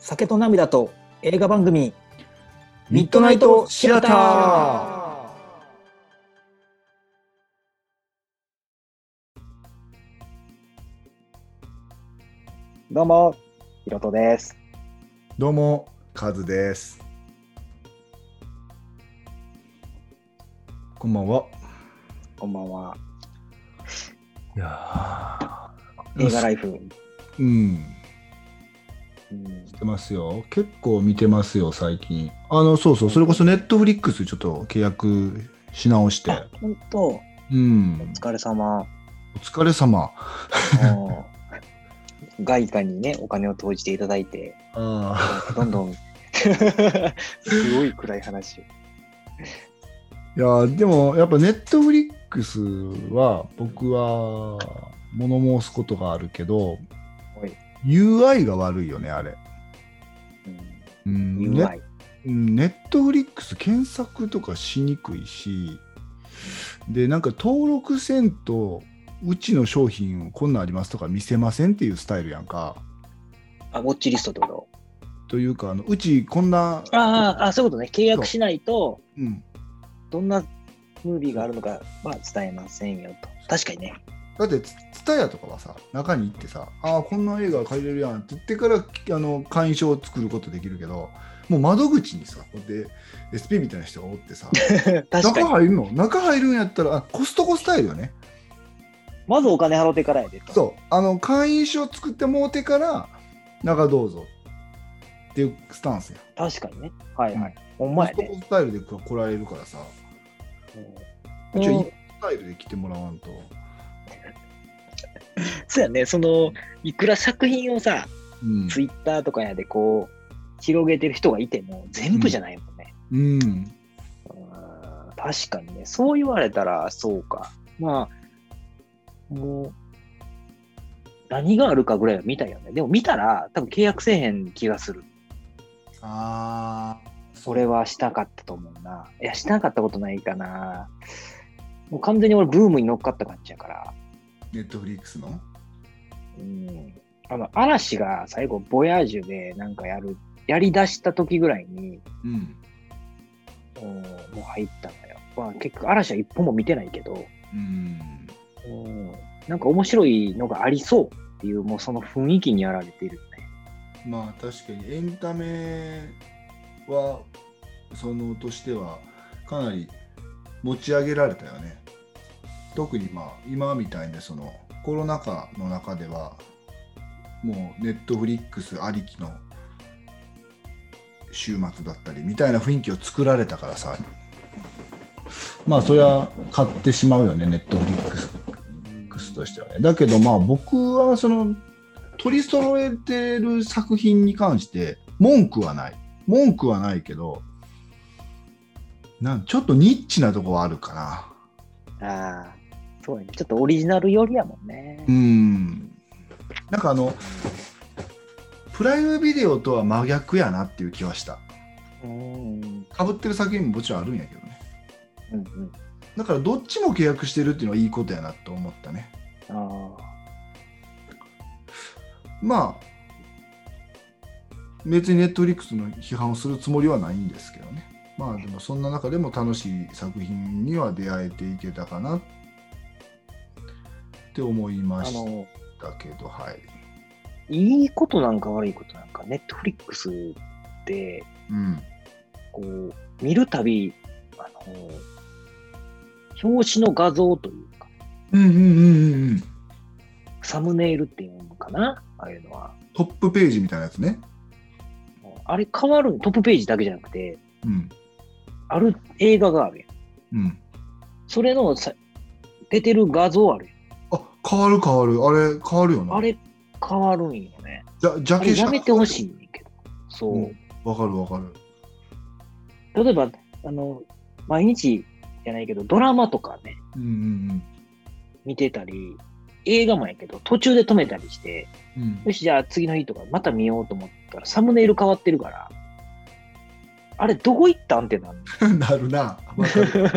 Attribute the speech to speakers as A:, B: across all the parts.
A: 酒と涙と映画番組ミッドナイトシアター
B: どうも、ひろとです。
C: どうも、カズです。こんばんは。
B: こんばんは。
C: いや
B: 映画ライフ。
C: うん、
B: うん
C: 見てますよ。結構見てますよ、最近。あの、そうそう、それこそネットフリックスちょっと契約し直して。
B: あ、本当。お
C: うん、
B: 疲 れ様。
C: お疲れ様。
B: もう外貨にね、お金を投じていただいて、
C: あ
B: どんど ん。すごい暗い話を。
C: ーいやーでも、やっぱネットフリックスは、僕は物申すことがあるけ
B: は
C: ど
B: い、
C: UI が悪いよね、あれ。
B: うん
C: うん、ネ
B: UI。
C: うんネットフリックス検索とかしにくいし、で、なんか登録せんと、うちの商品こんなんありますとか見せませんっていうスタイルやんか。
B: あ、ウォッチリストってこと
C: というか、あのうちこんな、
B: ああ、あ、そういうことね。契約しないと、
C: うん、
B: どんなムービーがあるのかは伝えませんよと。確かにね。
C: だって、ツツタヤとかはさ、中に行ってさ、ああ、こんな映画借りれるやんって言ってから、きあの、会員証を作ることできるけど、もう窓口にさ、こうやって SP みたいな人がおってさ、
B: 確か
C: 中
B: に。
C: 入るの中入るんやったら、あコストコスタイルよね。
B: まずお金払ってからやでと。
C: そう、あの会員証作ってもうてから、中どうぞっていうスタンスや。
B: 確かにね。はいはい。ほん
C: コ
B: ま
C: ス
B: や
C: ト
B: ね
C: コ。スタイルで来られるからさ、
B: うん
C: うちはインスタイルで来てもらわんと。
B: そうやね、その、いくら作品をさ、
C: うん、
B: ツイッターとかやでこう、広げてる人がいても、全部じゃないもんね。
C: うん、
B: うん確かにね、そう言われたら、そうか。まあ、もう、何があるかぐらいは見たいよね。でも見たら、多分契約せえへん気がする。
C: ああ、
B: それはしたかったと思うな。いや、しなかったことないかな。もう完全に俺、ブームに乗っかった感じやから。
C: ネットフリックスの
B: うんあの嵐が最後、ボヤージュでなんかやる、やり出した時ぐらいに、
C: うん、
B: うんもう入ったのよ。まあ、結局、嵐は一本も見てないけど、
C: うん、
B: うんなんか面白いのがありそうっていう、もうその雰囲気にやられているよね。
C: まあ確かにエンタメは、そのとしては、かなり持ち上げられたよね。特にまあ今みたいなそのコロナ禍の中ではもうネットフリックスありきの週末だったりみたいな雰囲気を作られたからさまあそりゃ買ってしまうよねネットフリックスとしてはねだけどまあ僕はその取り揃えてる作品に関して文句はない文句はないけどなんちょっとニッチなとこはあるかな
B: ああ、そうやね。ちょっとオリジナルよりやもんね
C: う。んなんかあのプライムビデオとは真逆やなっていう気はした
B: うん。うん
C: かぶってる作品ももちろんあるんやけどね
B: うん。
C: だからどっちも契約してるっていうのはいいことやなと思ったね
B: あ
C: まあ別にネットフリックスの批判をするつもりはないんですけどねまあでもそんな中でも楽しい作品には出会えていけたかなって思い
B: あ。
C: ま
B: あ
C: し
B: の、
C: たけどはい
B: いいことなんか悪いことなんか、ネットフリックスって、
C: うん
B: こう、見るたび、あの、表紙の画像というか、
C: うんうんうんうんうん
B: サムネイルっていうのかなああいうのは。
C: トップページみたいなやつね
B: あれ変わるのトップページだけじゃなくて、
C: うん
B: ある映画があるやん。
C: うん
B: それのさ出てる画像あるや
C: あ変わる変わるあれ変わるよ
B: ん。
C: な
B: あれ変わるんよね。
C: じゃジ
B: あ
C: ャケ
B: れ
C: 写
B: やめてほしいねんけど。そう。
C: うんわかるわかる
B: 例えば、あの、毎日じゃないけど、ドラマとかね、
C: うんうん
B: 見てたり、映画もやけど、途中で止めたりして、
C: うんうん
B: よし、じゃあ次の日とかまた見ようと思ったら、サムネイル変わってるから、あれどこ行ったんってなる。
C: なるなわかる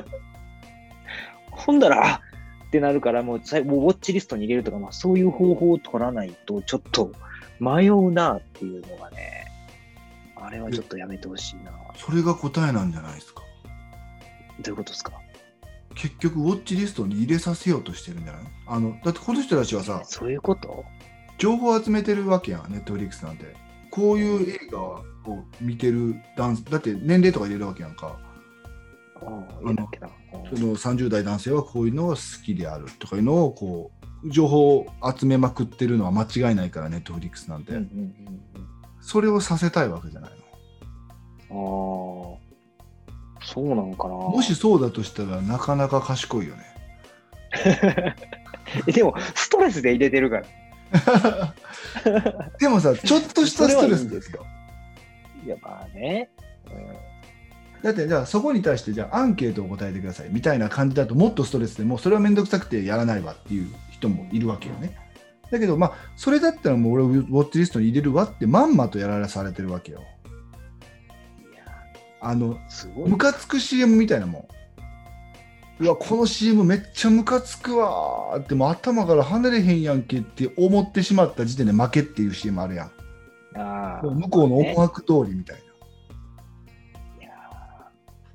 B: ほんだら、あってなるから、もう最後、ウォッチリストに入れるとか、まあ、そういう方法を取らないと、ちょっと迷うなっていうのがね、あれはちょっとやめてほしいな。
C: それが答えなんじゃないですか
B: どういうことですか
C: 結局ウォッチリストに入れさせようとしてるんじゃないあのだってこの人たちはさ
B: そういうこと
C: 情報を集めてるわけやんネットフリックスなんてこういう映画を見てる男だって年齢とか入れるわけやんか
B: ああ、なんだっけな。
C: その30代男性はこういうのが好きであるとかいうのをこう情報を集めまくってるのは間違いないからネットフリックスなんて、
B: うんうんうんうん
C: それをさせたいわけじゃない
B: あ
C: の
B: あ、そうなんかな。
C: もしそうだとしたらなかなか賢いよね
B: えでも、ストレスで入れてるから。
C: でもさちょっとしたストレス
B: それはいいんですよいや、まあね。
C: だってじゃあそこに対してじゃあアンケートを答えてくださいみたいな感じだともっとストレスでもうそれは面倒くさくてやらないわっていう人もいるわけよね。だけどまあそれだったらもう俺をウォッチリストに入れるわってまんまとやらされてるわけよ。
B: いや、
C: あの
B: すごい
C: ム。カつく CM みたいなもん。うわこの CM めっちゃムカつくわーってもう頭から離れへんやんけって思ってしまった時点で負けっていう CM あるやん。
B: ああ
C: もう向こうの
B: ね
C: 思惑通りみたいな。
B: いや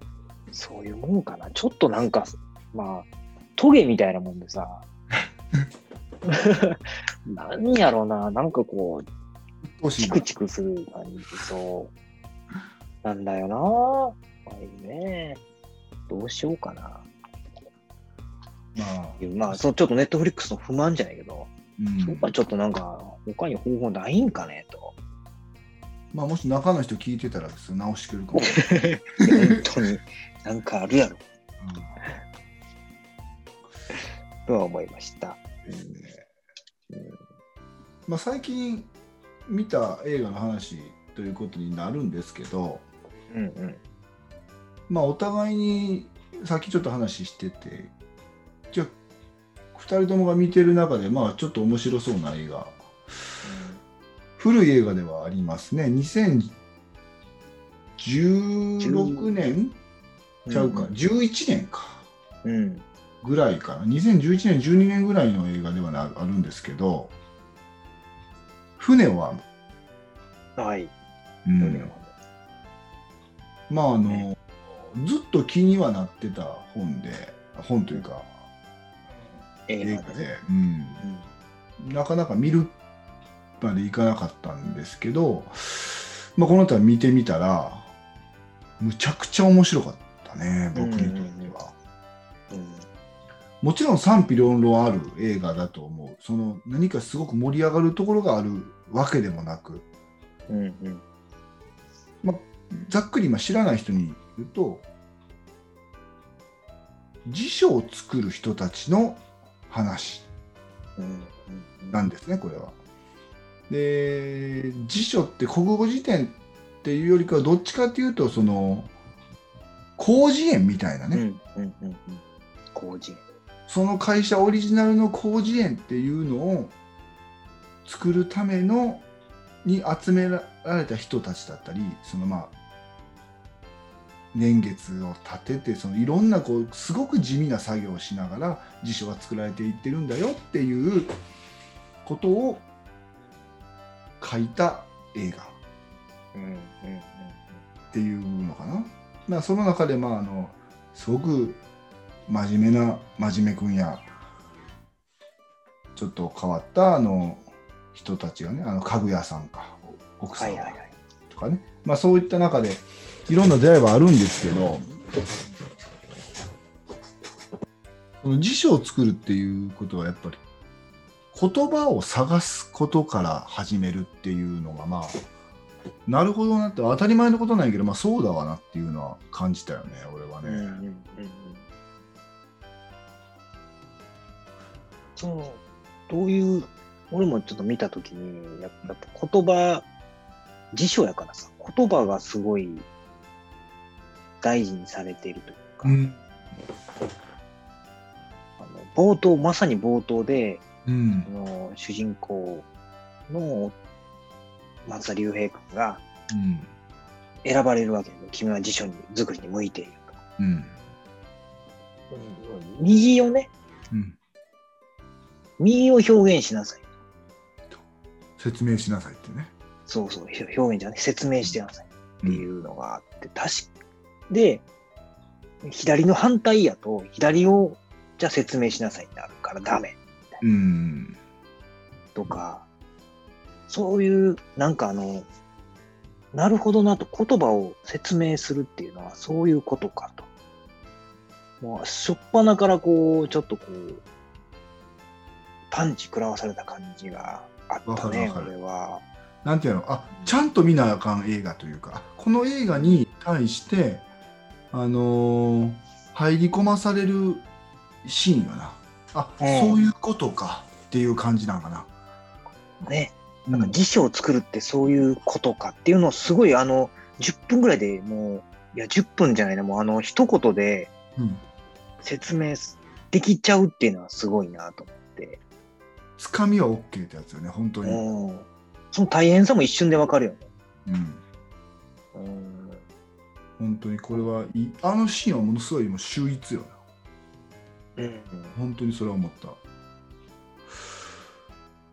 B: ーそういうもんかな。ちょっとなんか、まあ、トゲみたいなもんで さ。なんやろな、なんかこう、
C: 鬱陶しい
B: チ
C: な
B: クチクする感じ、そう。なんだよな。あれね。どうしようかな。
C: まあ、
B: まあ、そうちょっとネットフリックスの不満じゃないけど、
C: うん
B: そこはちょっとなんか、他に方法ないんかねと。
C: まあもし中の人聞いてたらですよ直してくるかも。
B: 本当 に、なんかあるやろ、
C: うん
B: とは思いました。
C: ですね。まあ、最近見た映画の話ということになるんですけど、
B: うんうん。
C: まあ、お互いにさっきちょっと話しててじゃあ2人ともが見てる中で、まあ、ちょっと面白そうな映画古い映画ではありますね2016年ちゃうか、11年か
B: うん。
C: ぐらいかな2011年12年ぐらいの映画ではなあるんですけど船は
B: はい。
C: うん
B: なる
C: まああのずっと気にはなってた本で本というか
B: 映
C: 映
B: 画
C: 画
B: で。
C: で、うん、なかなか見るまでいかなかったんですけど、まあ、この度見てみたらむちゃくちゃ面白かったね僕にとっては、
B: うんうんうんうん
C: もちろん賛否両論ある映画だと思うその何かすごく盛り上がるところがあるわけでもなく
B: うんうん
C: ざっくり今知らない人に言うと辞書を作る人たちの話
B: うんうん
C: なんですねこれは。で辞書って国語辞典っていうよりかはどっちかっていうとその広辞苑みたいなね、
B: うんうんうんうん。工事。
C: その会社オリジナルの広辞苑っていうのを作るためのに集められた人たちだったりそのまあ年月を立ててそのいろんなこうすごく地味な作業をしながら辞書が作られていってるんだよっていうことを書いた映画
B: うんうんうん
C: っていうのかな。まあ、その中で、まあ、あのすごく真面目な真面目君やちょっと変わったあの人たちがねあの家具屋さんか奥
B: は
C: さん
B: い
C: と
B: は
C: かね、
B: いはい。
C: まあ、そういった中でいろんな出会いはあるんですけどその辞書を作るっていうことはやっぱり言葉を探すことから始めるっていうのがまあなるほどなって当たり前のことなんやけど、まあ、そうだわなっていうのは感じたよね俺はね。
B: うんうんうんうん。その、どういう、俺もちょっと見たときに、やっぱやっぱ言葉、辞書やからさ、言葉がすごい大事にされているというか、
C: うん
B: あの冒頭、まさに冒頭で、
C: うん
B: あの主人公の松田龍平君が
C: うん
B: 選ばれるわけよ。君は辞書に作りに向いていると。
C: うん
B: 右をね、
C: うん
B: 右を表現しなさい。
C: 説明しなさいってね。
B: そうそう、ひょ表現じゃない、説明してください。
C: う
B: て
C: ん
B: いうのがあって、確かで、左の反対やと、左をじゃあ説明しなさいになるからダメ
C: うん
B: とか、そういう、なんかあの、なるほどなと言葉を説明するっていうのはそういうことかと。もう、しょっぱなからこう、ちょっとこう、パンチ食らわされた感じがあったね、
C: わかるわかる
B: 俺は。
C: なんていうのあちゃんと見なあかん映画というかこの映画に対してあのー入り込まされるシーンよなあ、
B: うん
C: そういうことかっていう感じなんかな
B: ね。
C: な
B: なんか辞書を作るってそういうことかっていうのをすごいあの10分ぐらいでもういや10分じゃないなもうあの一言で
C: うん、
B: 説明できちゃうっていうのはすごいなと思って、
C: つかみは OK ってやつよね本当に、
B: うん、その大変さも一瞬でわかるよね、
C: うん、
B: うん、
C: 本当にこれはいいあのシーンはものすごいもう秀逸よな
B: うん
C: 本当にそれは思った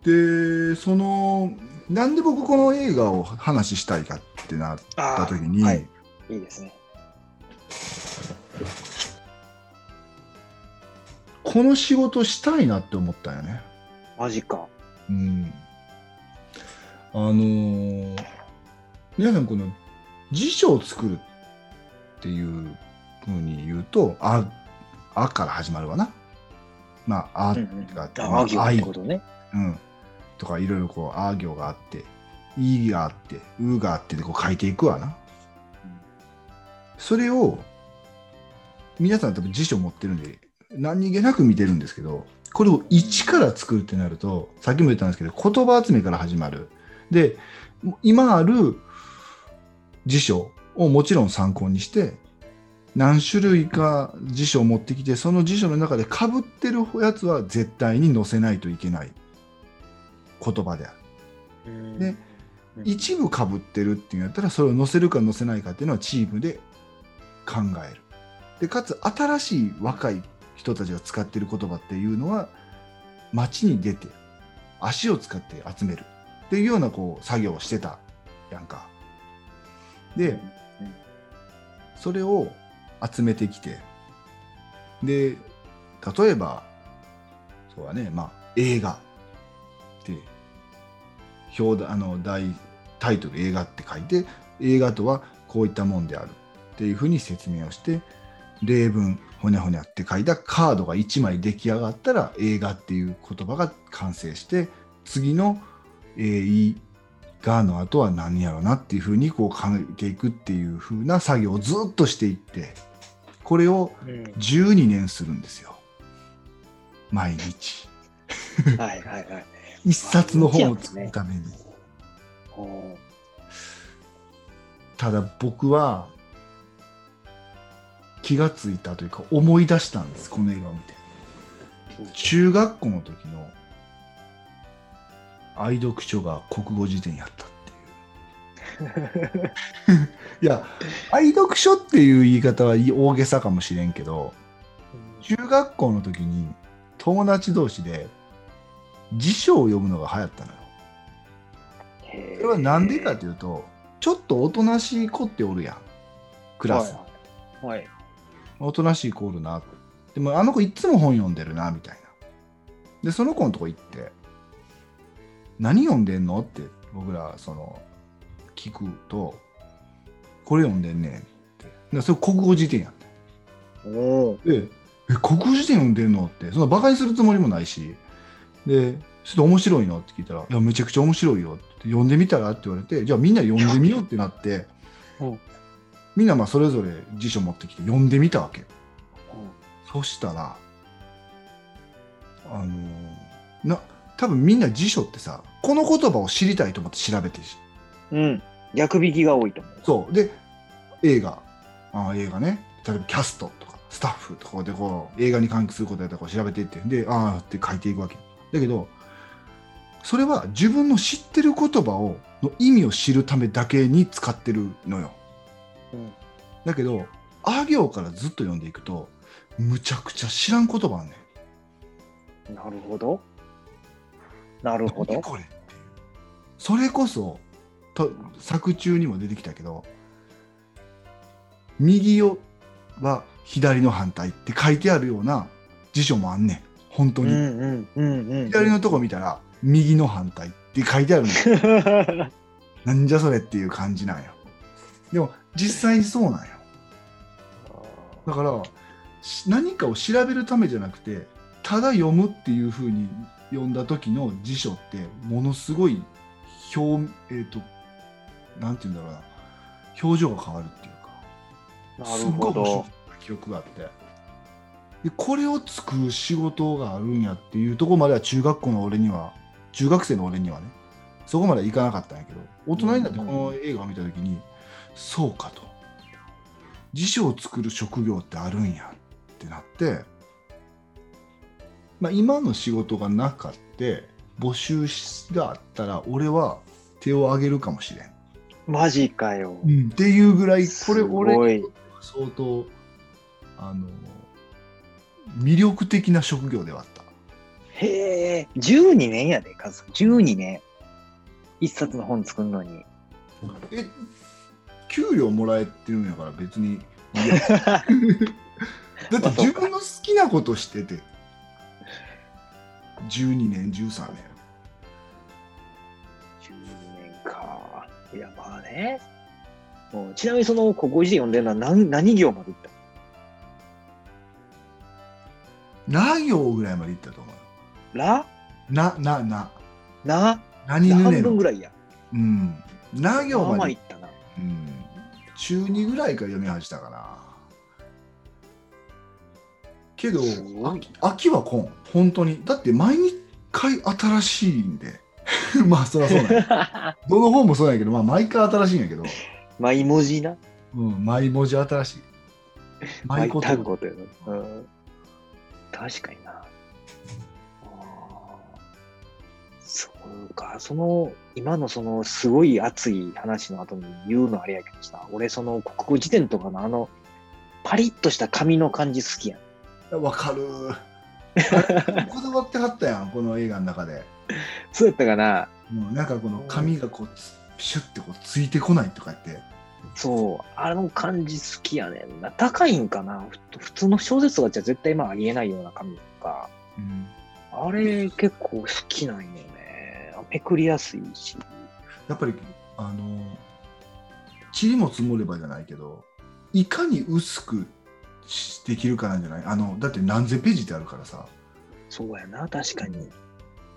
C: でそのなんで僕この映画を話したいかってなっ
B: あ
C: た
B: あ
C: 時に、
B: はいいいですね
C: この仕事したいなって思ったんよね
B: マジか
C: うんあのー皆さんこの辞書を作るっていうふうに言うと「あ」あから始まるわなまあ「あ」
B: うんうん
C: があって、ま
B: あ
C: あ
B: あぎょうってことね
C: うん、とかいろいろこう「あ行」があって「い」があって「う」があってでこう書いていくわな、それを皆さん多分辞書持ってるんで何気なく見てるんですけどこれを一から作るってなるとさっきも言ったんですけど言葉集めから始まるで今ある辞書をもちろん参考にして何種類か辞書を持ってきてその辞書の中でかぶってるやつは絶対に載せないといけない言葉である
B: うん
C: ね
B: うん
C: 一部かぶってるっていうんやったらそれを載せるか載せないかっていうのはチームで考えるでかつ新しい若い人たちが使ってる言葉っていうのは街に出て足を使って集めるっていうようなこう作業をしてたやんかで
B: うん
C: それを集めてきてで例えばそうだねまあ映画って表題あの題タイトル映画って書いて映画とはこういったもんであるっていうふうに説明をして例文ほにゃほにゃって書いたカードが1枚出来上がったら映画っていう言葉が完成して次の「映画」の後は何やろうなっていうふうにこう考えていくっていうふうな作業をずっとしていってこれを
B: うん
C: 12年するんですよ毎日
B: はいはいはい
C: 1冊の本を作るために。
B: おー
C: ただ僕は気がついたというか思い出したんですこの映画を見て中学校の時の愛読書が国語辞典やったっていう いや愛読書っていう言い方は大げさかもしれんけど中学校の時に友達同士で辞書を読むのが流行ったのよ
B: へー
C: それはなんでかというとちょっとおとなしい子っておるやんクラスに
B: はいはい
C: おとなしい子おるなでもあの子いっつも本読んでるなみたいなでその子のとこ行って「何読んでんの?」って僕らその聞くと「これ読んでんねん」ってでそれ国語辞典やって
B: おおー
C: で「え国語辞典読んでんの?」ってそんなバカにするつもりもないしで「ちょっと面白いの?」って聞いたら「いやめちゃくちゃ面白いよ」って読んでみたらって言われてじゃあみんな読んでみようってなって、
B: うん
C: みんなまあそれぞれ辞書持ってきて読んでみたわけ
B: うん
C: そしたらあのな多分みんな辞書ってさこの言葉を知りたいと思って調べてるし
B: うん。逆引きが多いと思う。
C: そうで映画ああ映画ね例えばキャストとかスタッフとかでこう映画に関係することやったらこう調べていってでああって書いていくわけだけどそれは自分の知ってる言葉をの意味を知るためだけに使ってるのよ、
B: うん
C: だけどあ行からずっと読んでいくとむちゃくちゃ知らん言葉あんねん
B: なるほど。なるほど
C: 何。これっていうそれこそと作中にも出てきたけど右は左の反対って書いてあるような辞書もあんねん本当
B: うん
C: に、
B: うんうんうん。
C: 左のと こ見たら右の反対って書いてあるねんなんじゃそれっていう感じなんよでも実際にそうなんよだからし何かを調べるためじゃなくてただ読むっていうふうに読んだ時の辞書ってものすごい表えっ、となんて言うんだろうな表情が変わるっていうか
B: な
C: す
B: る
C: っごい
B: ほ
C: 面白
B: ど
C: か。った記憶があってでこれを作る仕事があるんやっていうところまでは中学校の俺には中学生の俺にはねそこまではいかなかったんやけど大人になってこの映画を見た時に、そうかと辞書を作る職業ってあるんやってなって、まあ、今の仕事がなかって募集があったら俺は手を挙げるかもしれん、
B: マジかよ。
C: っていうぐらいこれ
B: す
C: 俺
B: ごい。
C: 相当あの魅力的な職業ではあった
B: へえ、12年やで、カズさん。12年。一冊の本作るのに。
C: え給料もらえてるんやから別にいい やだって自分の好きなことしてて12年13年
B: 10年か。いや、まあね。もうちなみにその、ここ1で読んでるのは何何行までいった
C: 何行ぐらいまでいったと思う
B: ら
C: ななな
B: な
C: 何ぬね
B: 半分
C: の
B: ぐらいや。
C: うん何行
B: まあま
C: ま
B: あい
C: で、
B: ったな。
C: うん、中2ぐらいから読み始めたかなけど
B: すごいな
C: 秋はこん本当にだって毎回新しいんで まあそりゃそうなんや どの本もそうなんやけど、まあ、毎回新しいんやけど、
B: まあ、文字な。
C: うん、毎文字新しい
B: マ
C: 毎
B: イ
C: 言
B: 単語
C: 葉
B: というの。うん。確かにな。あーそうか、その、今のその、すごい熱い話の後に言うのあれやけどさ、俺、その、国語辞典とかのあの、パリッとした紙の感じ好きやん。
C: わかる あれこだわってはったやんこの映画の中で、
B: そうやったかな。
C: うん、なんかこの紙がこうつピシュってこうついてこないとかやって
B: そう、あの感じ好きやねんな。高いんかなふ普通の小説とかじゃ絶対今ありえないような紙とか。
C: うん
B: あれ結構好きなんよね。めくりやすいし。
C: やっぱりあの塵も積もればじゃないけどいかに薄くしできるかなんじゃないあのだって何千ページってあるからさ
B: そうやな、確かに。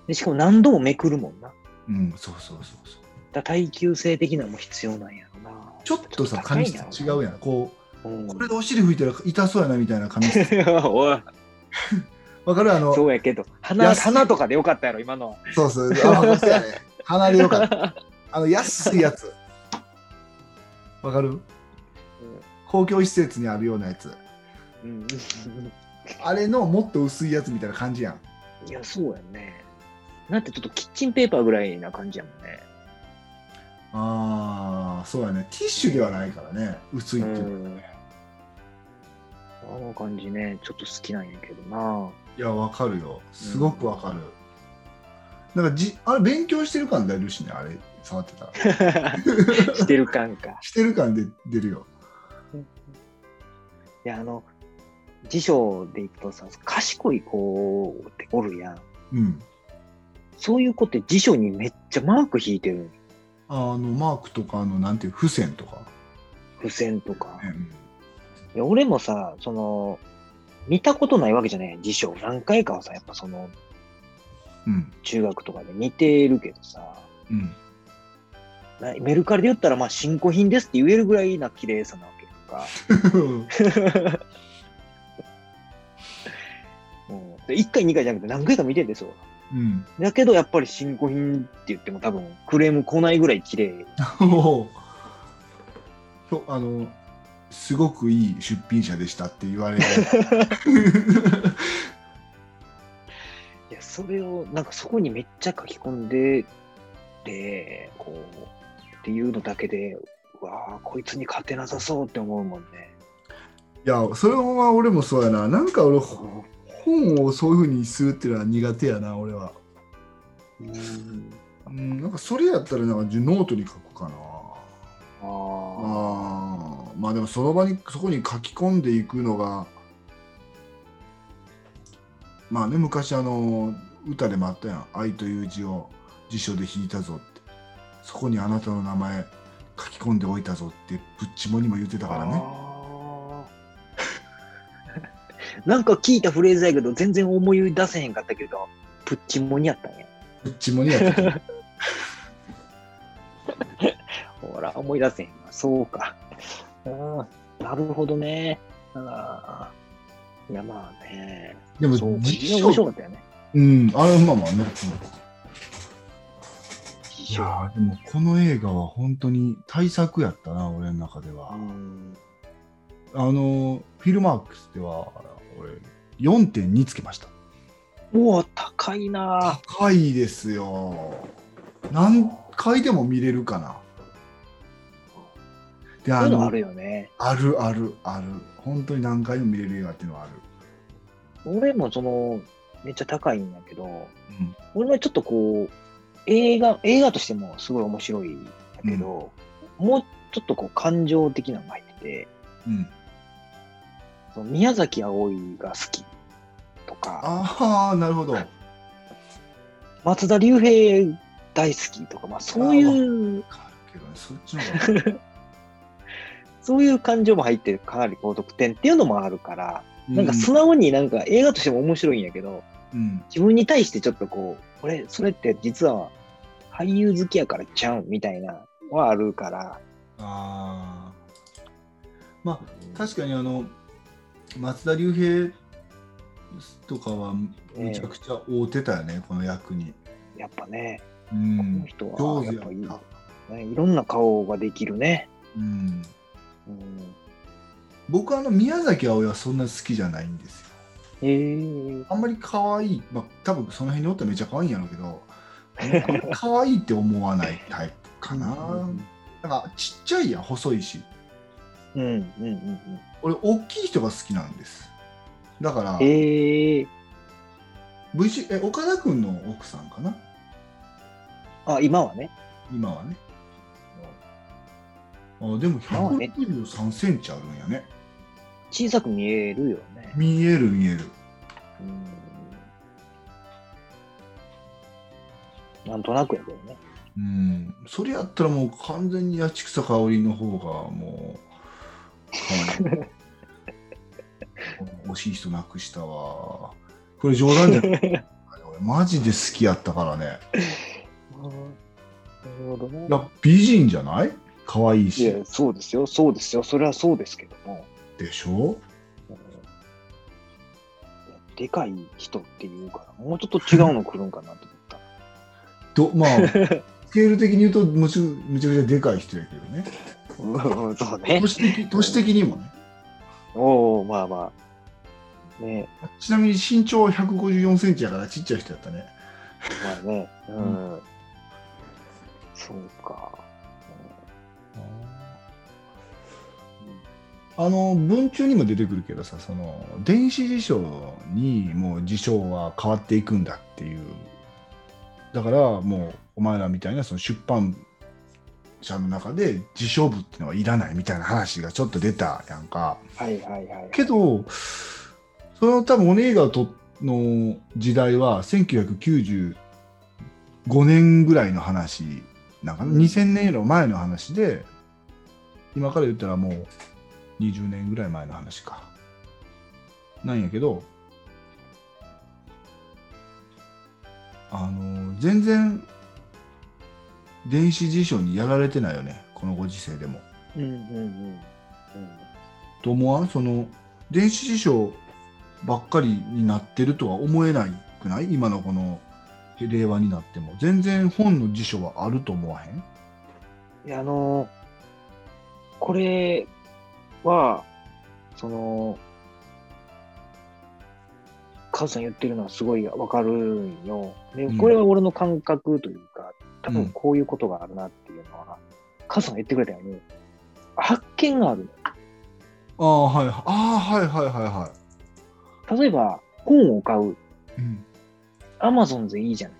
B: でしかも何度もめくるもんな。
C: うんそうそうそうそう
B: だ耐久性的なのも必要なんやろな。
C: ちょっとさ
B: 高い
C: 紙
B: な
C: 質違うやんこ
B: うん
C: うこれでお尻拭いたら痛そうやなみたいな紙質
B: おい、
C: わかるあの
B: そ
C: そう
B: うやけど、花
C: 安い
B: 花とかでよかったやろ、今のは。
C: そうあそうや ね離れよかったあの安いやつわかる公共施設にあるようなやつ
B: うん、
C: あれのもっと薄いやつみたいな感じやん
B: いや、そうやね。なんてちょっとキッチンペーパーぐらいな感じやもんね。
C: ああそうやねティッシュではないからね薄いっていうのは
B: うんあの感じね、ちょっと好きなんやけど な。
C: いや、わかるよ。すごくわかる。なんかじ、あれ、勉強してる感出るしね、あれ、触ってたら。
B: してる感か。
C: してる感で出るよ。
B: いや、あの、辞書でいくとさ、賢い子っておるやん。
C: うん。
B: そういう子って辞書にめっちゃマーク引いてる。
C: あの、マークとか、あの、なんていう、付箋とか。
B: 付箋とか。
C: ね
B: いや俺もさ、その、見たことないわけじゃない辞書。何回かはさ、やっぱその、
C: うん。
B: 中学とかで見てるけどさ、
C: うん。
B: なメルカリで言ったら、まあ、新古品ですって言えるぐらいな綺麗さなわけとか。
C: うん。
B: う ん、で1回、2回じゃなくて何回か見ててそう。
C: うん。
B: だけど、やっぱり新古品って言っても多分、クレーム来ないぐらい綺麗。
C: もう、ひょあの、すごくいい出品者でしたって言われる。
B: いや、それを、なんかそこにめっちゃ書き込んでて、こう、っていうのだけで、うわあ、こいつに勝てなさそうって思うもんね。
C: いや、それは俺もそうやな。なんか俺、ほ本をそういうふうにするっていうのは苦手やな、俺は。
B: うん。
C: うん、なんかそれやったらなんかじゃあノートに書くかな。
B: ああ。
C: あまあでもその場にそこに書き込んでいくのがまあね昔あの歌でもあったやん「愛という字を辞書で引いたぞ」ってそこにあなたの名前書き込んでおいたぞってプッチモにも言ってたからね
B: あー なんか聞いたフレーズやけど、全然思い出せへんかったけど、プッチモニやったんや。
C: プッチモにやってた
B: ほら、思い出せへんわ。そうか。うん、なるほどね。あーいや、まあね。
C: でも
B: そうか。
C: 辞
B: いや面白
C: 書
B: かったよね。
C: うんあれまあまあね、うんい
B: 辞
C: や。ーでもこの映画は本当に大作やったな俺の中では、
B: うん
C: あのフィルマークスでは俺4.2つけました
B: おお、高いな
C: 高いですよ何回でも見れるかな
B: ぁ。そう
C: で
B: い
C: あ
B: うの
C: の
B: あるよね。
C: あるあるある本当に何回でも見れる映画っていうのはある、
B: 俺もその、めっちゃ高いんだけど、
C: うん
B: 俺はちょっとこう、映画、映画としてもすごい面白いんだけど、もうちょっとこう、感情的なのが入ってて、
C: うん、
B: その宮崎あおいが好きとか、
C: ああなるほど
B: 松田龍平大好きとか、まあそういう、
C: けどねそっちの方 が
B: そういう感情も入ってるかなり高得点っていうのもあるから、なんか素
C: う
B: 直になんか映画としても面白いんやけど、
C: うん
B: 自分に対してちょっとこう、これ、それって実は俳優好きやからちゃうんみたいなはあるから、
C: ああまあ確かにあの松田龍平とかはめちゃくちゃ合うてたよね、この役に、
B: やっぱね、
C: う
B: こ
C: ん
B: の、人
C: 上
B: は
C: 手
B: やっ
C: やっ
B: ぱい
C: た、
B: い、ね、いろんな顔ができるね。
C: うん、
B: うん、
C: 僕はあの宮崎あおいはそんな好きじゃないんですよ
B: えー、
C: あんまり可愛いまあ多分その辺におったらめちゃ可愛いんやろうけどあんまり可愛いって思わないタイプか ななんかちっちゃいやん細いし
B: うんうんうんうん。
C: 俺大きい人が好きなんですだから、
B: えー、
C: VC え岡田君の奥さんかな
B: あ、今はね。
C: 今はね。あでも
B: 今はね
C: 163センチあるんやね。
B: 小さく見えるよね。
C: 見える見える。
B: うん、なんとなくやけどね。
C: うん。それやったらもう完全に八草香りの方がもう、かわい い。惜しい人なくしたわ。これ冗談じゃない。俺マジで好きやったからね。
B: なるほどね
C: い。や美人じゃない可愛い
B: い
C: し。
B: や、そうですよ、そうですよ、それはそうですけども。
C: でしょ
B: でかい人っていうから、もうちょっと違うの来るんかなと思った。
C: ど まあ、スケール的に言うとむちゃむちゃくちゃでかい人やけどね。
B: うん そうね
C: 都。市的都市的にもね。
B: おおまあまあ。ね
C: ちなみに身長154センチやからちっちゃい人やったね。
B: まあね。うん。そうか。
C: あの文中にも出てくるけどさその電子辞書にもう辞書は変わっていくんだっていうだからもうお前らみたいなその出版社の中で辞書部っていうのはいらないみたいな話がちょっと出たやんか
B: はいはいはい。
C: けどその多分この映画をとの時代は1995年ぐらいの話なんかな、
B: うん
C: 2000年の前の話で今から言ったらもう20年ぐらい前の話かなんやけどあの全然電子辞書にやられてないよねこのご時世でも。
B: うんうんうん。
C: と思わんその電子辞書ばっかりになってるとは思えないくない今のこの令和になっても全然本の辞書はあると思わへん
B: うん、いやあのーこれは、その、カズさん言ってるのはすごいわかるんよ。で
C: うん、
B: これは俺の感覚というか、多
C: うん
B: 分こういうことがあるなっていうのは、カズさんが言ってくれたように、発見がある。
C: ああはいああはいはいはいは
B: 例えば、本を買う。
C: い、うん、
B: アマゾンでいいじゃない。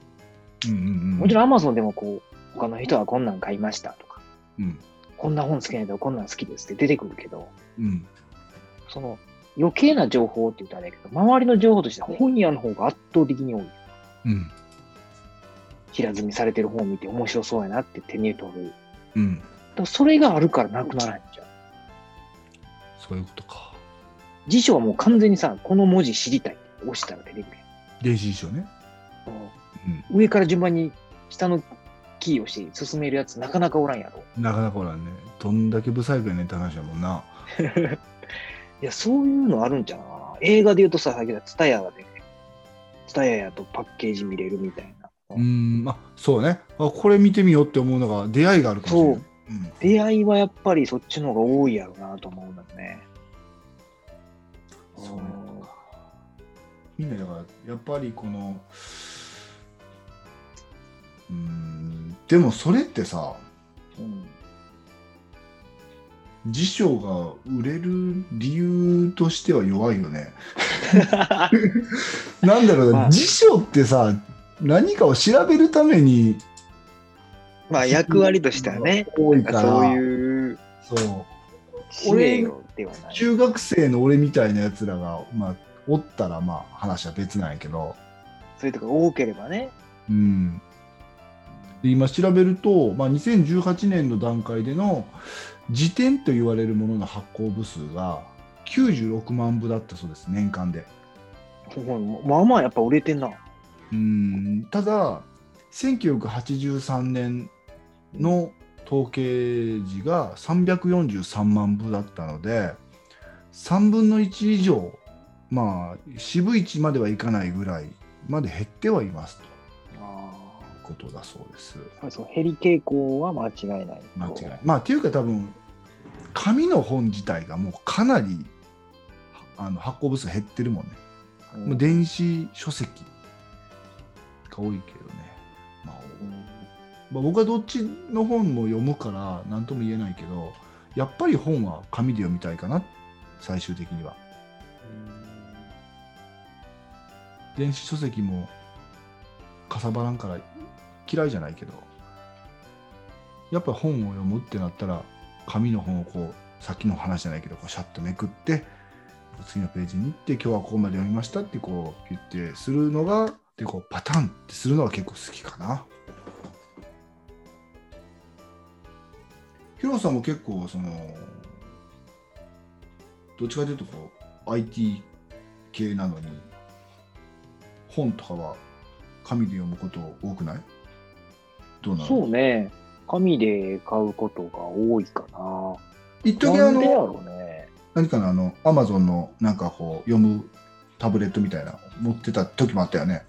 C: うんうんうん
B: もちろんアマゾンでもこう、他の人はこんなん買いましたとか、
C: うん
B: こんな本好きなんだよ、こんなん好きですって出てくるけど、
C: うん。
B: その余計な情報って言ったらあれやけど、周りの情報として本屋の方が圧倒的に多い。
C: うん。
B: 平積みされてる本を見て面白そうやなって手に取る。
C: うん。
B: でもそれがあるからなくならへんじゃん。
C: そういうことか。
B: 辞書はもう完全にさ、この文字知りたいって押したら出てくる
C: 電子辞書ね。
B: やん。
C: うん。
B: 上から順番に下のキーを押して進めるやつなかなかおらんやろ。
C: なかなかほらね、どんだけ不細工やねんって話やもんな。
B: いや、そういうのあるんちゃうかな。映画で言うとさ、さっきのツタヤがね、ツタヤやとパッケージ見れるみたいな。
C: うん。あ、そうね。あ、これ見てみようって思うのが出会いがあるかもしれない。
B: 出会いはやっぱりそっちの方が多いやろなと思うんだよね。
C: うん。そういうことか。みんなだから、やっぱりこの、うん。でもそれってさ、
B: うん
C: 辞書が売れる理由としては弱いよね。なんだろうな、
B: まあ
C: 辞書ってさ何かを調べるために
B: まあ役割としてはね、
C: 多いから
B: そういう
C: そう
B: 使命ではない。
C: 中学生の俺みたいなやつらが、まあ、おったらまあ話は別なんやけど、
B: そういうとこ多ければね。
C: うん、で今調べると、まあ、2018年の段階での辞典と言われるものの発行部数が96万部だったそうです年間で。
B: まあまあやっぱ売れてんな。
C: うんただ1983年の統計時が343万部だったので3分の1以上まあ四分一まではいかないぐらいまで減ってはいますとい
B: あー
C: うことだそうです
B: やっぱりその減り傾向は間違いない。
C: 間違いまあっていうか多分紙の本自体がもうかなりあの発行部数減ってるもんね
B: うん
C: もう電子書籍が多いけどねまあまあ、僕はどっちの本も読むから何とも言えないけどやっぱり本は紙で読みたいかな最終的には電子書籍もかさばらんから嫌いじゃないけどやっぱ本を読むってなったら紙の本をこうさっきの話じゃないけどこうシャッとめくって次のページに行って今日はここまで読みましたってこう言ってするのがでこうパタンってするのが結構好きかな。ヒロさんも結構そのどっちかというとこう IT 系なのに本とかは紙で読むこと多くないどうなの
B: そうね。紙で買うことが多いかな。
C: 一時
B: な
C: あ
B: んでや
C: の
B: ろうね。
C: 何かのあのアマゾンのなんかこう読むタブレットみたいな持ってた時もあったよね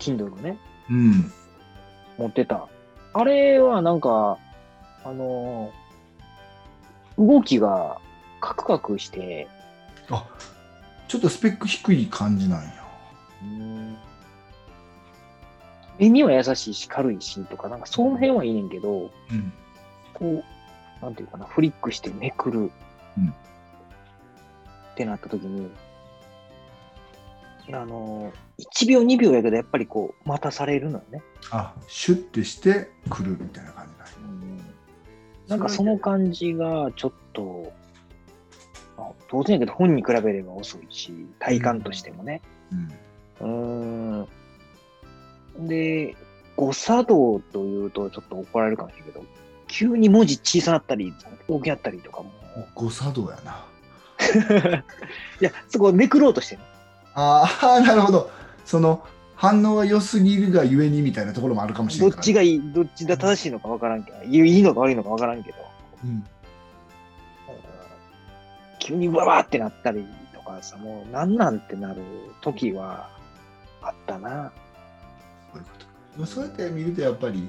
B: Kindle ね。
C: うん
B: 持ってた。あれはなんか、あのー動きがカクカクして、
C: あちょっとスペック低い感じなんや
B: 目には優しいし軽いしとか、なんかその辺はいいねんけど、
C: うん
B: こう、なんていうかな、フリックしてめくる。
C: うん
B: ってなった時に、あのー、1秒2秒やけど、やっぱりこう、待たされるのよね。
C: あシュッてしてくるみたいな感じなんや
B: なんかその感じがちょっと、まあ当然やけど本に比べれば遅いし、体感としてもね。
C: うん
B: うーん。で、誤作動というとちょっと怒られるかもしれんけど、急に文字小さなったり、大きなったりとかも。
C: 誤作動やない
B: や、そこめくろうとしてる。
C: ああ なるほどその反応が良すぎるがゆえにみたいなところもあるかもしれ
B: ど
C: ない
B: っちがいい、どっちが正しいのかわからんけど、いいのか悪いのかわからんけど、
C: うん
B: 急にわわーってなったりとかさ、もうなんなんってなる時はあったな。
C: そういうことかでもそうやって見るとやっぱり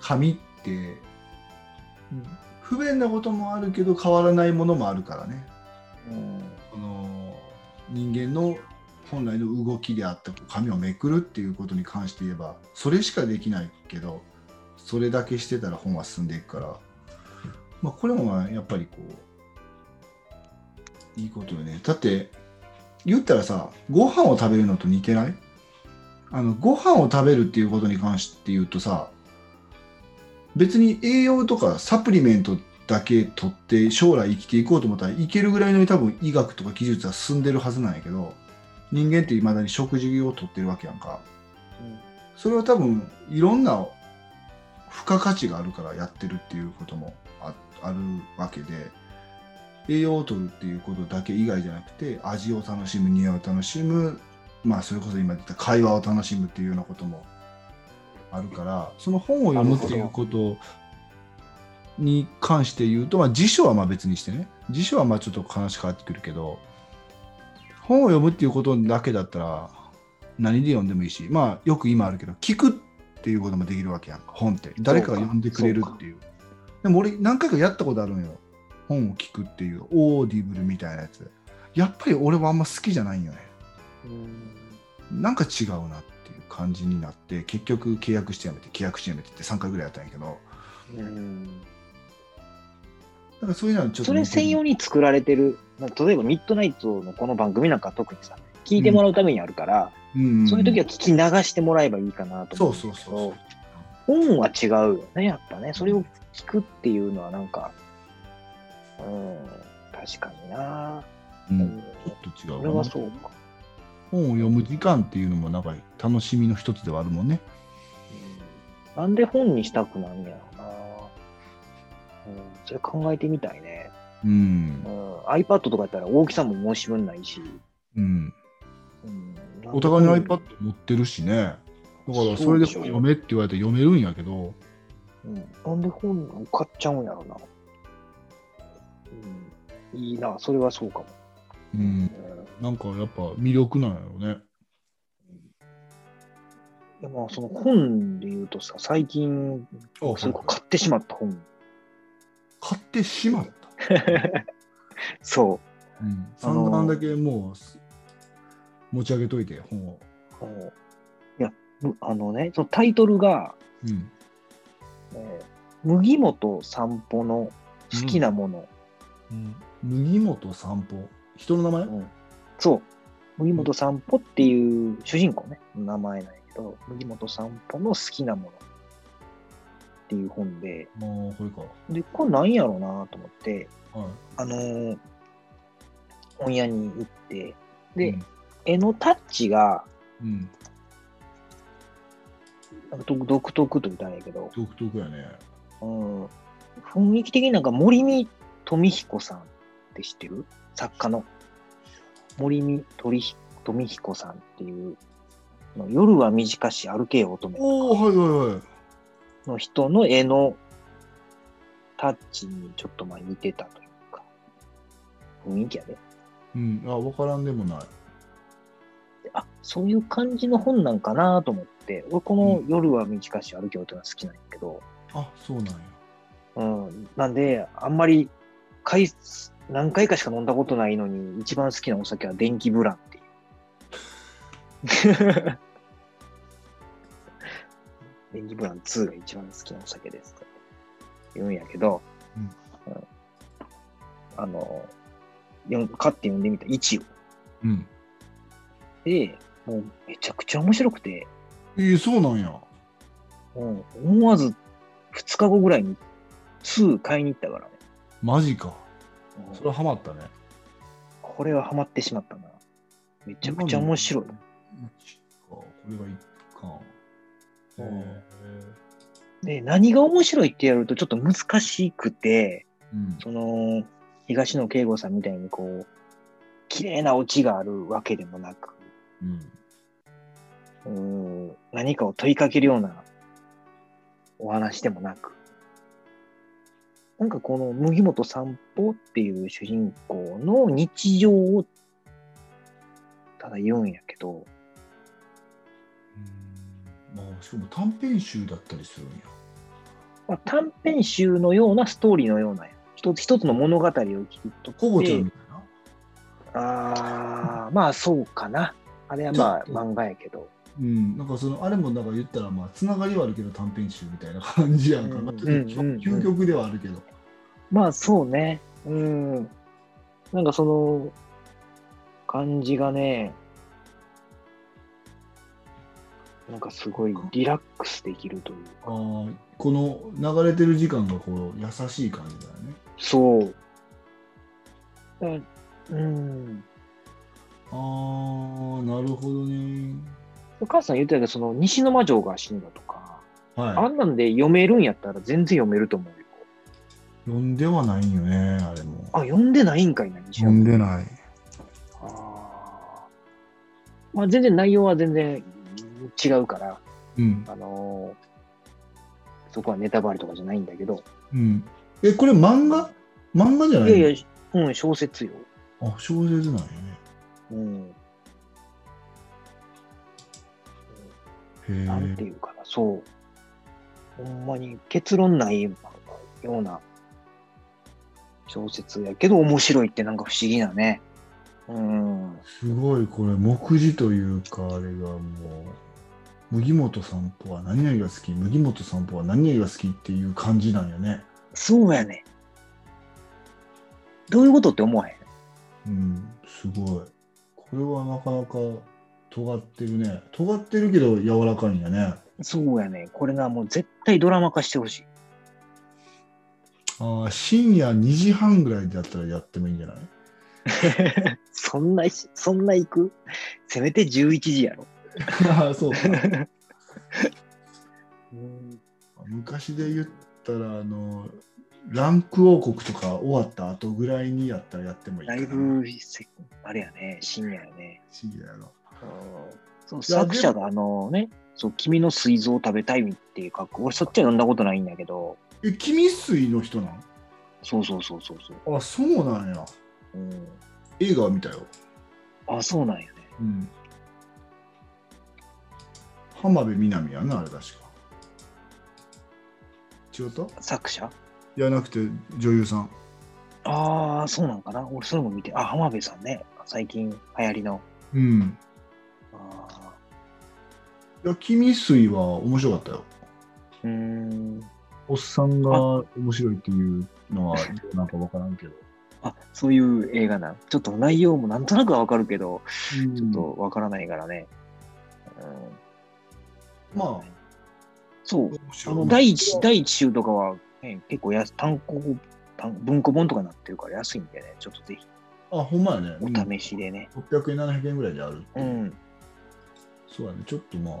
C: 紙って不便なこともあるけど変わらないものもあるからね
B: うん
C: この人間の本来の動きであった紙をめくるっていうことに関して言えばそれしかできないけどそれだけしてたら本は進んでいくから、まあ、これもまあやっぱりこういいことよねだって言ったらさご飯を食べるのと似てないあのご飯を食べるっていうことに関して言うとさ別に栄養とかサプリメントだけ取って将来生きていこうと思ったらいけるぐらいの多分医学とか技術は進んでるはずなんやけど人間っていまだに食事を取ってるわけやんかそれは多分いろんな付加価値があるからやってるっていうこともああるわけで栄養を取るっていうことだけ以外じゃなくて味を楽しむ匂いを楽しむまあそれこそ今言った会話を楽しむっていうようなこともあるからその本を読むっていうことに関して言うと、まあ、辞書はまあ別にしてね辞書はまあちょっと話変わってくるけど本を読むっていうことだけだったら何で読んでもいいしまあよく今あるけど聞くっていうこともできるわけやんか本って誰かが読んでくれるっていうでも俺何回かやったことあるんよ本を聞くっていうオーディブルみたいなやつやっぱり俺はあんま好きじゃないんよねなんか違うなっていう感じになって結局契約してやめて契約してやめてって3回ぐらいやったんやけどだからそういうのはちょっと
B: それ専用に作られてる、まあ例えばミッドナイトのこの番組なんか特にさ、聞いてもらうためにあるから、
C: うん
B: そういう時は聞き流してもらえばいいかなと思うんだけど、
C: そうそうそう
B: 本は違うよね、やっぱね。それを聞くっていうのはなんか、うん、確かにな。
C: うんちょっと違
B: そうれ
C: かな
B: はそうか。
C: 本を読む時間っていうのもなんか楽しみの一つではあるもんね
B: うんなんで本にしたくなんねやろな、うん。それ考えてみたいね、
C: うん
B: う、ん。iPad とかやったら大きさも申し分ないし。
C: うん、
B: うん
C: お互いの iPad 持ってるしねだからそ
B: そう
C: れで
B: でしょう
C: 読めって言われたら読めるんやけど
B: うんなんで本を買っちゃうんやろな。うん、いいな、それはそうかも。
C: うん
B: うん
C: なんかやっぱ魅力なんやろね
B: いやまあその本で言うとさ、最近、
C: あ
B: それこそ買ってしまった本。
C: 買ってしまった
B: そ
C: うん、
B: あの
C: 散々だけもうす持ち上げといて本を、
B: う。もういや、むあのね、そのタイトルが、
C: うん、
B: えー麦本散歩の好きなもの。
C: 麦本散歩人の名前、
B: うんそう。麦本散歩っていう主人公ね、名前なんやけど、麦本散歩の好きなものっていう本で、
C: もうこれか
B: で、これなんやろうなと思って、
C: はい
B: あのー本屋に行って、で、
C: うん
B: 絵のタッチが
C: うん、
B: なんか独独特と言ったらあれやけど、
C: 独特やね
B: うん、雰囲気的になんか森見富彦さんって知ってる作家の森見富彦富彦さんっていう、あの夜は短し歩けよ乙女
C: おおはいはいはい
B: の人の絵のタッチにちょっとまあ似てたというか、雰囲気やね。
C: うんあ分からんでもない
B: あそういう感じの本なんかなと思って、俺この夜は短し歩きをというのは好きなんやけど、
C: あそうなんや
B: うん、なんで、あんまり回数何回かしか飲んだことないのに、一番好きなお酒は電気ブランっていう。 電気ブラン2が一番好きなお酒ですと言うんやけど、
C: うん
B: うんあの、よん買って読んでみた1を。
C: うん
B: で、もうめちゃくちゃ面白くて、
C: えー、そうなんや
B: うん、思わず2日後ぐらいに2買いに行ったからね。
C: マジか
B: うん
C: それはハマったね
B: これはハマってしまったな。めちゃくちゃ面白い。
C: 1かこれが1巻
B: うん
C: へ
B: で、何が面白いってやるとちょっと難しくて、
C: ーうん
B: その、東野圭吾さんみたいにこう、綺麗なオチがあるわけでもなく、
C: うん
B: うーん、何かを問いかけるようなお話でもなく、なんかこの麦本散歩っていう主人公の日常をただ言うんやけど、
C: まあしかも短編集だったりするんや
B: まあ、短編集のようなストーリーのような一つ一つの物語を切り取
C: コボちゃん
B: っ
C: み
B: て、
C: たいな
B: ああ、まあそうかな。あれはまあ漫画やけど。
C: うん、なんかそのあれもなんか言ったらまあつながりはあるけど短編集みたいな感じやんか、
B: うん
C: まあちょっと
B: うんうんうん
C: 究極ではあるけど、
B: まあそうね。うん。なんかその感じがね、なんかすごいリラックスできるというか。
C: あーこの流れてる時間がこう優しい感じだよね
B: そう。だうん。
C: あー、なるほどね。
B: お母さん言ってたけど、その西の魔女が死んだとか、あ
C: は
B: んなんで読めるんやったら全然読めると思うよ。
C: い。読んではないよね、あれも。
B: あ、読んでないんかいな、西
D: 読
B: の
D: ん
B: 魔女。
D: でない。
B: あーまあ、全然内容は全然違うから、
C: うん。
B: あのーそこはネタバレとかじゃないんだけど、
C: うん。え、これ漫画漫画じゃない
B: い
C: の
B: やいや、うん、小説よ。
C: あ、小説なんやね。
B: うん、
D: へ
B: なんて
D: ー
B: いうかな、そう。ほんまに結論ないような小説やけど面白いってなんか不思議なね。うん。
C: すごい、これ、目次というか、あれがもう、麦本散歩は何々が好き、麦本散歩は何々が好きっていう感じなんやね。
B: そうやね。どういうことって思わへん。
C: うん、すごい。これはなかなか尖ってるね。尖ってるけど柔らかいんやね。
B: そうやね。これな、もう絶対ドラマ化してほしい。
C: あー深夜2時半ぐらいだったらやってもいいんじゃ ない
B: そんなし、そんな行くせめて11時やろ。
C: ああ、そうか。昔で言ったら、あの、ランク王国とか終わった後ぐらいにやったらやってもいいか
B: だ
C: な。
B: いぶせ、あれやね、深夜やね。
C: 深夜やろ。
B: そう
C: いや
B: 作者があのね、そう、君の膵臓を食べたいっていう格好、俺そっちは読んだことないんだけど、
C: え、君水の人な
B: そうそうそうそうそう。
C: のあ、そうなんや。
B: うん、
C: 映画は見たよ。
B: あ、そうなんやね。
C: うん。浜辺美波やな、あれ確か。違った
B: 作者
C: じゃなくて女優さん。
B: ああ、そうなんかな。俺それも見て、あ、浜辺さんね。最近流行りの。
C: うん。
B: あ
C: いや、君水は面白かったよ。
B: ーうーん。
C: おっさんが面白いっていうのは、なんかわからんけど。
B: あ、そういう映画なん。ちょっと内容もなんとなくはわかるけど、
C: ち
B: ちょっとわからないからね。うん、
C: まあ、
B: そう。
C: 面
B: あ
C: 白
B: の
C: い。
B: 第一、第一週とかは、ね、結構や単行単、文庫本とかなってるから安いんでね、ちょっとぜひ
C: あ、ほんまやね。
B: お試しでね、
C: うん。600円、700円ぐらいである。
B: うん、
C: そうやね。ちょっとまあ、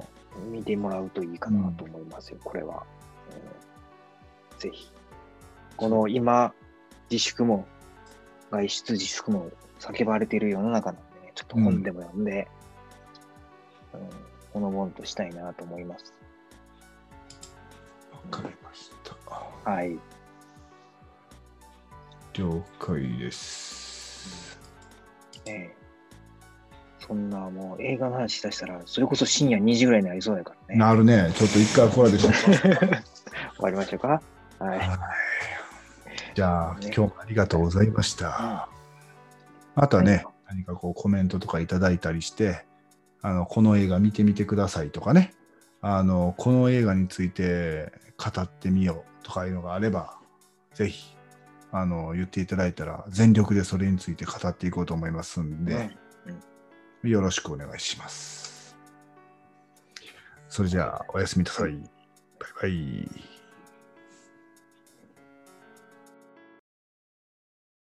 B: 見てもらうといいかなと思いますよ、これは。うんぜひ。この今、自粛も、外出自粛も叫ばれてる世の中なんでね、ちょっと本でも読んで、うんほのぼのとしたいなと思います。
C: わかりました。
B: はい。
C: 了解です。
B: ねえそんなもう映画の話出したら、それこそ深夜2時ぐらいになりそうだからね。
C: なるね。ちょっと一回こらでしょ。
B: 終わりましょうか。 はい。
C: じゃあ、
B: ね
C: 今日もありがとうございました。あとはね、何かこうコメントとかいただいたりして、あのこの映画見てみてくださいとかね、あのこの映画について語ってみようとかいうのがあれば、ぜひあの言っていただいたら、全力でそれについて語っていこうと思いますん で、よろしくお願いします。それじゃあ、おやすみなさい。バイバイ。